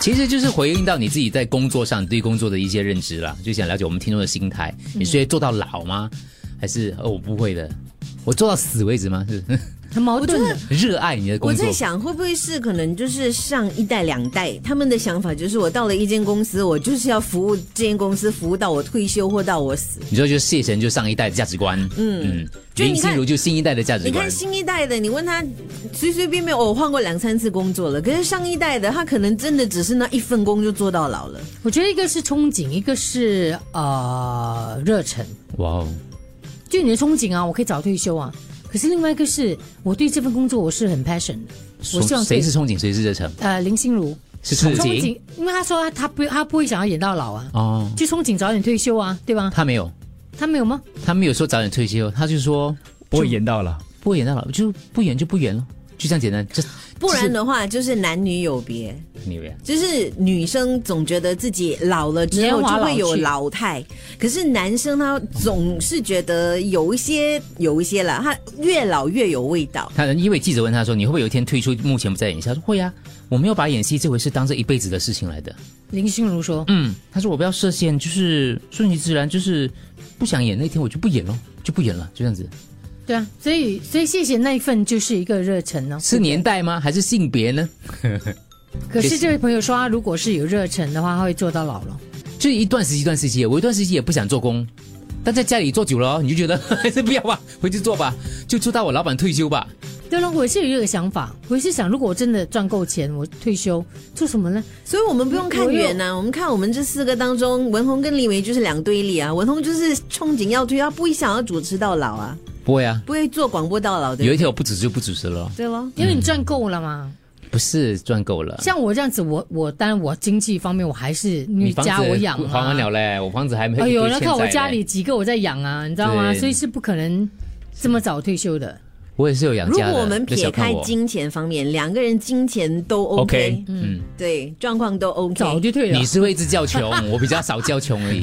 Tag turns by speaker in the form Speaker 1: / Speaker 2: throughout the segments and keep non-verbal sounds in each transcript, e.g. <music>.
Speaker 1: 其实就是回应到你自己在工作上对工作的一些认知啦，就想了解我们听众的心态，你是会做到老吗？还是哦我不会的，我做到死为止吗？ <laughs> 是
Speaker 2: 很矛
Speaker 3: 我觉
Speaker 2: 盾
Speaker 3: 得
Speaker 2: 的。
Speaker 1: 热爱你的
Speaker 3: 我
Speaker 1: 工作
Speaker 3: 在，想，会不会是可能就是上一代、两代他们的想法，就是我到了一间公司，我就是要服务这间公司，服务到我退休或到我死。
Speaker 1: 你知道就是谢神就上一代的价值观，嗯嗯，
Speaker 3: 就
Speaker 1: 林
Speaker 3: 你看
Speaker 1: 心如就新一代的价值
Speaker 3: 你
Speaker 1: 观
Speaker 3: 看。新一代的，你问他随随便便，哦我换过两三次工作了。可是上一代的，他可能真的只是那一份工就做到老了。
Speaker 2: 我觉得一个是憧憬，一个是呃热忱。
Speaker 1: 哇哦，
Speaker 2: 就你的憧憬啊，我可以早退休啊。可是另外一个是我对这份工作我是很 passion 的，我希望可
Speaker 1: 谁
Speaker 2: 以
Speaker 1: 是憧憬，谁是热忱？
Speaker 2: 呃林心如
Speaker 1: 是憧
Speaker 2: 憧
Speaker 1: 憬
Speaker 2: 憬，因为他说他他不他不会想要演到老啊，
Speaker 1: 哦，
Speaker 2: 就憧憬早点退休啊，对吧？
Speaker 1: 他没有，
Speaker 2: 他没有吗？
Speaker 1: 他没有说早点退休，他就说
Speaker 4: 不会演到了。
Speaker 1: 不演到老，就不演就不演了，就这样简单。这
Speaker 3: 不然的话，就是男女有别。
Speaker 1: 你啊们
Speaker 3: 就是女生总觉得自己老了之后就
Speaker 2: 年华老
Speaker 3: 会
Speaker 2: 去
Speaker 3: 有老态，可是男生他总是觉得有一些有一些啦，他越老越有味道。
Speaker 1: 他因为记者问他说：“你会不会有一天退出目前不再演戏？”他说：“会啊，我没有把演戏这回事当做一辈子的事情来的。
Speaker 2: 林心如说”，
Speaker 1: 嗯，他说：“我不要设限，就是顺其自然，就是不想演那天我就不演咯，就不演了，就这样子。
Speaker 2: 对啊，所以所以谢谢那一份就是一个热忱哦。
Speaker 1: 是年代吗？还是性别呢？
Speaker 2: 可是这位朋友说，他如果是有热忱的话，他会做到老了。
Speaker 1: 就是一段时期一段时期，我一段时期也不想做工，但在家里做久了哦，你就觉得 <laughs> 还是不要吧，回去做吧，就做到我老板退休吧。
Speaker 2: 对了，我也是有这个想法，我也是想，如果我真的赚够钱，我退休做什么呢？
Speaker 3: 所以我们不用看远啊呐、我们看我们这四个当中，文宏跟李维就是两对立啊。文宏就是憧憬要退，他不想要主持到老啊，
Speaker 1: 不会啊，
Speaker 3: 不会做广播到老的。
Speaker 1: 有一天我不主持就不主持了哦，
Speaker 3: 对咯，
Speaker 2: 因为你赚够了嘛。
Speaker 1: 不是赚够了。
Speaker 2: 像我这样子，我我当然我经济方面我还是
Speaker 1: 你
Speaker 2: 你
Speaker 1: 房
Speaker 2: 家
Speaker 1: 子
Speaker 2: 我养、啊、
Speaker 1: 还完了嘞，我房子还没有
Speaker 2: 哎
Speaker 1: 一
Speaker 2: 呦，
Speaker 1: 堆
Speaker 2: 那
Speaker 1: 欠
Speaker 2: 看我
Speaker 1: 债
Speaker 2: 家
Speaker 1: 嘞
Speaker 2: 里几个我在养啊，你知道吗？
Speaker 1: 对
Speaker 2: 所以是不可能这么早退休的。
Speaker 1: 我也是有养
Speaker 3: 如
Speaker 1: 家的。
Speaker 3: 果我们
Speaker 1: 不要
Speaker 3: 撇
Speaker 1: 小看
Speaker 3: 开
Speaker 1: 我
Speaker 3: 金钱方面，两个人金钱都 OK，,
Speaker 1: 嗯，
Speaker 3: 对状况都 OK。
Speaker 2: 早就退了
Speaker 1: 你，是会一直叫穷，我比较少叫穷
Speaker 2: <laughs>
Speaker 1: 而已。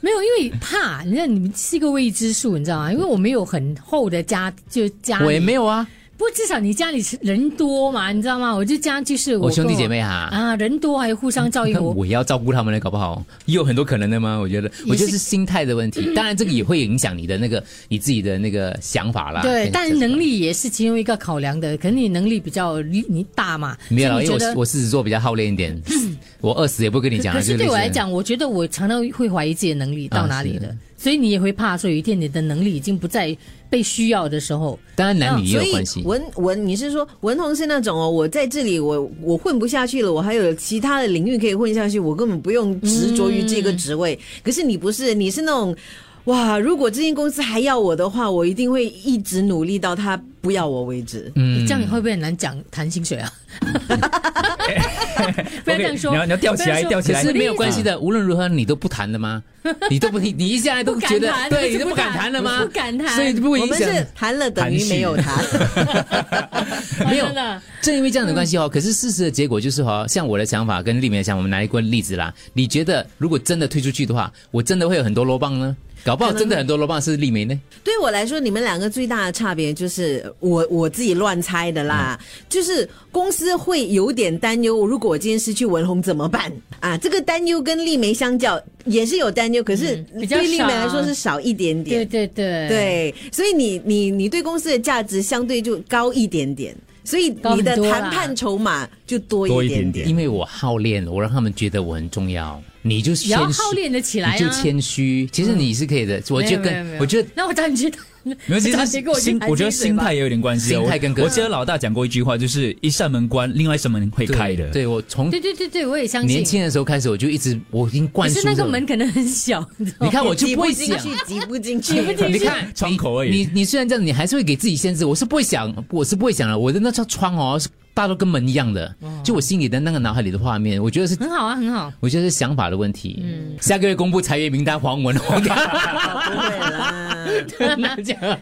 Speaker 2: 没有，因为怕，你知道你们是个未知数，你知道吗？因为我没有很厚的家，就家里，
Speaker 1: <laughs> 我也没有啊，
Speaker 2: 不过至少你家里是人多嘛，你知道吗？我就家就是我
Speaker 1: 我兄弟
Speaker 2: 跟
Speaker 1: 姐妹哈。
Speaker 2: 啊，人多还互相照
Speaker 1: <laughs>
Speaker 2: 应
Speaker 1: 那
Speaker 2: 我。
Speaker 1: 我也要照顾他们嘞，搞不好也有很多可能的吗？我觉得，我觉得是心态的问
Speaker 2: 嗯
Speaker 1: 题。当然，这个也会影响你的那个你自己的那个想法啦。
Speaker 2: 对，但是能
Speaker 1: 力
Speaker 2: 力也是其中一个考量的，可能你能力比较你你大嘛，
Speaker 1: 没有
Speaker 2: 所
Speaker 1: 啦，
Speaker 2: 以
Speaker 1: 因为
Speaker 2: 你觉得嗯
Speaker 1: 我我狮子座比较好练一点，我饿死也不跟你讲啊。
Speaker 2: 可是
Speaker 1: 就类
Speaker 2: 对
Speaker 1: 似
Speaker 2: 我
Speaker 1: 的
Speaker 2: 来，讲，我觉得我常常会怀疑自己的能力到哪里
Speaker 1: 啊
Speaker 2: 的，
Speaker 1: 是
Speaker 2: 所以你也会怕说有一天你的能力已经不再被需要的时候，
Speaker 1: 当然男女也
Speaker 3: 所
Speaker 1: 有
Speaker 3: 以
Speaker 1: 关
Speaker 2: 嗯
Speaker 1: 系。
Speaker 3: 文文，你是说文红是那种哦，我在这里我我混不下去了，我还有其他的领域可以混下去，我根本不用执着于这个职位。
Speaker 1: 嗯
Speaker 3: 可是你不是，你是那种。哇！如果这间公司还要我的话，我一定会一直努力到他不要我为止。
Speaker 1: 嗯
Speaker 2: 这样你会不会很难讲谈薪水
Speaker 4: <laughs>
Speaker 2: 啊？不要这样
Speaker 4: OK，
Speaker 2: 说，
Speaker 4: 你要你要吊起来
Speaker 2: 不要说
Speaker 4: 吊起
Speaker 1: 可
Speaker 4: 来
Speaker 1: 是没有关系
Speaker 2: 我的意思。
Speaker 1: 的，无论如何你都不谈的吗？你都不你你一下来都
Speaker 2: <laughs> 不敢
Speaker 1: 觉得
Speaker 2: 谈
Speaker 1: 对
Speaker 2: 就是
Speaker 1: 你都
Speaker 2: 不
Speaker 1: 不敢
Speaker 2: 敢
Speaker 1: 谈了吗？
Speaker 2: 不敢谈
Speaker 1: 所以不会
Speaker 3: 我
Speaker 1: 影
Speaker 3: 们
Speaker 1: 响。
Speaker 3: 是谈了等于没有谈，
Speaker 1: <laughs> 没
Speaker 2: <laughs>
Speaker 1: 有
Speaker 2: 完了，
Speaker 1: 正因为这样的关系哦，可是事实的结果就是哈、哦，像我的想法跟丽梅的想法，我们拿一个例子啦。你觉得如果真的推出去的话，我真的会有很多罗棒呢？搞不好真的很多罗棒是丽梅呢？
Speaker 3: 对我来说，你们两个最大的差别就是我我自己乱猜的啦，
Speaker 2: 嗯
Speaker 3: 就是公司会有点担忧，如果我今天失去文红怎么办啊？这个担忧跟丽梅相较也是有担忧，可是
Speaker 2: 比较
Speaker 3: 对丽梅
Speaker 2: 少啊
Speaker 3: 来说是少一点
Speaker 2: 对
Speaker 3: 点。
Speaker 2: 对对，
Speaker 3: 对，所以你你你对公司的价值相对就高一点点，所以
Speaker 2: 高
Speaker 3: 你
Speaker 2: 很
Speaker 3: 的
Speaker 2: 多啦
Speaker 3: 谈判筹码就多
Speaker 4: 多
Speaker 3: 一
Speaker 4: 一
Speaker 3: 点
Speaker 4: 点
Speaker 3: 点。
Speaker 4: 点
Speaker 1: 因为我好练，我让他们觉得我很重要，你就
Speaker 2: 也要
Speaker 1: 谦虚
Speaker 2: 好。练得起来
Speaker 1: 你就
Speaker 2: 啊。嗯
Speaker 1: 谦虚，其实你是可以的。我觉得
Speaker 2: 没有没有没
Speaker 1: 跟
Speaker 2: 有
Speaker 1: 我觉得
Speaker 2: 那我找你去谈，
Speaker 4: 没有，其
Speaker 2: 找
Speaker 4: 实
Speaker 2: 结果去
Speaker 4: 心
Speaker 2: 谈
Speaker 4: 我觉得
Speaker 2: 薪水
Speaker 4: 心
Speaker 2: 吧
Speaker 4: 态也有点关系啊。
Speaker 1: 心态
Speaker 4: 我
Speaker 1: 跟个
Speaker 4: 我记得老大讲过一句话，就是一扇门关，另外一扇门会
Speaker 1: 对
Speaker 4: 开的。
Speaker 1: 对我从
Speaker 2: 对对对对，我也相信。
Speaker 1: 年轻的时候开始，我就一直我已经
Speaker 2: 可
Speaker 1: 灌输
Speaker 2: 是那
Speaker 1: 这
Speaker 2: 个
Speaker 1: 种
Speaker 2: 门可能很小，你知道
Speaker 1: 你
Speaker 2: 吗？
Speaker 1: 看我就
Speaker 3: 挤
Speaker 1: 不
Speaker 3: 不
Speaker 1: 会
Speaker 3: 进
Speaker 1: 想。
Speaker 3: 去，挤不进
Speaker 2: 挤
Speaker 3: 去
Speaker 2: 不。进
Speaker 4: 你
Speaker 2: 去。
Speaker 4: 看窗口而
Speaker 1: 你
Speaker 4: 已，
Speaker 1: 你虽然这样，你还是会给自己限制。我是不会想，我是不会想了。我的那扇窗哦，是大到跟门一样的，就我心里的那个脑海里的画面，我觉得是，
Speaker 2: 很好啊，很好。
Speaker 1: 我觉得是想法的问题。 <laughs> 嗯，下个月公布裁员名单，黄文宏
Speaker 3: 不会啦。
Speaker 1: 这样。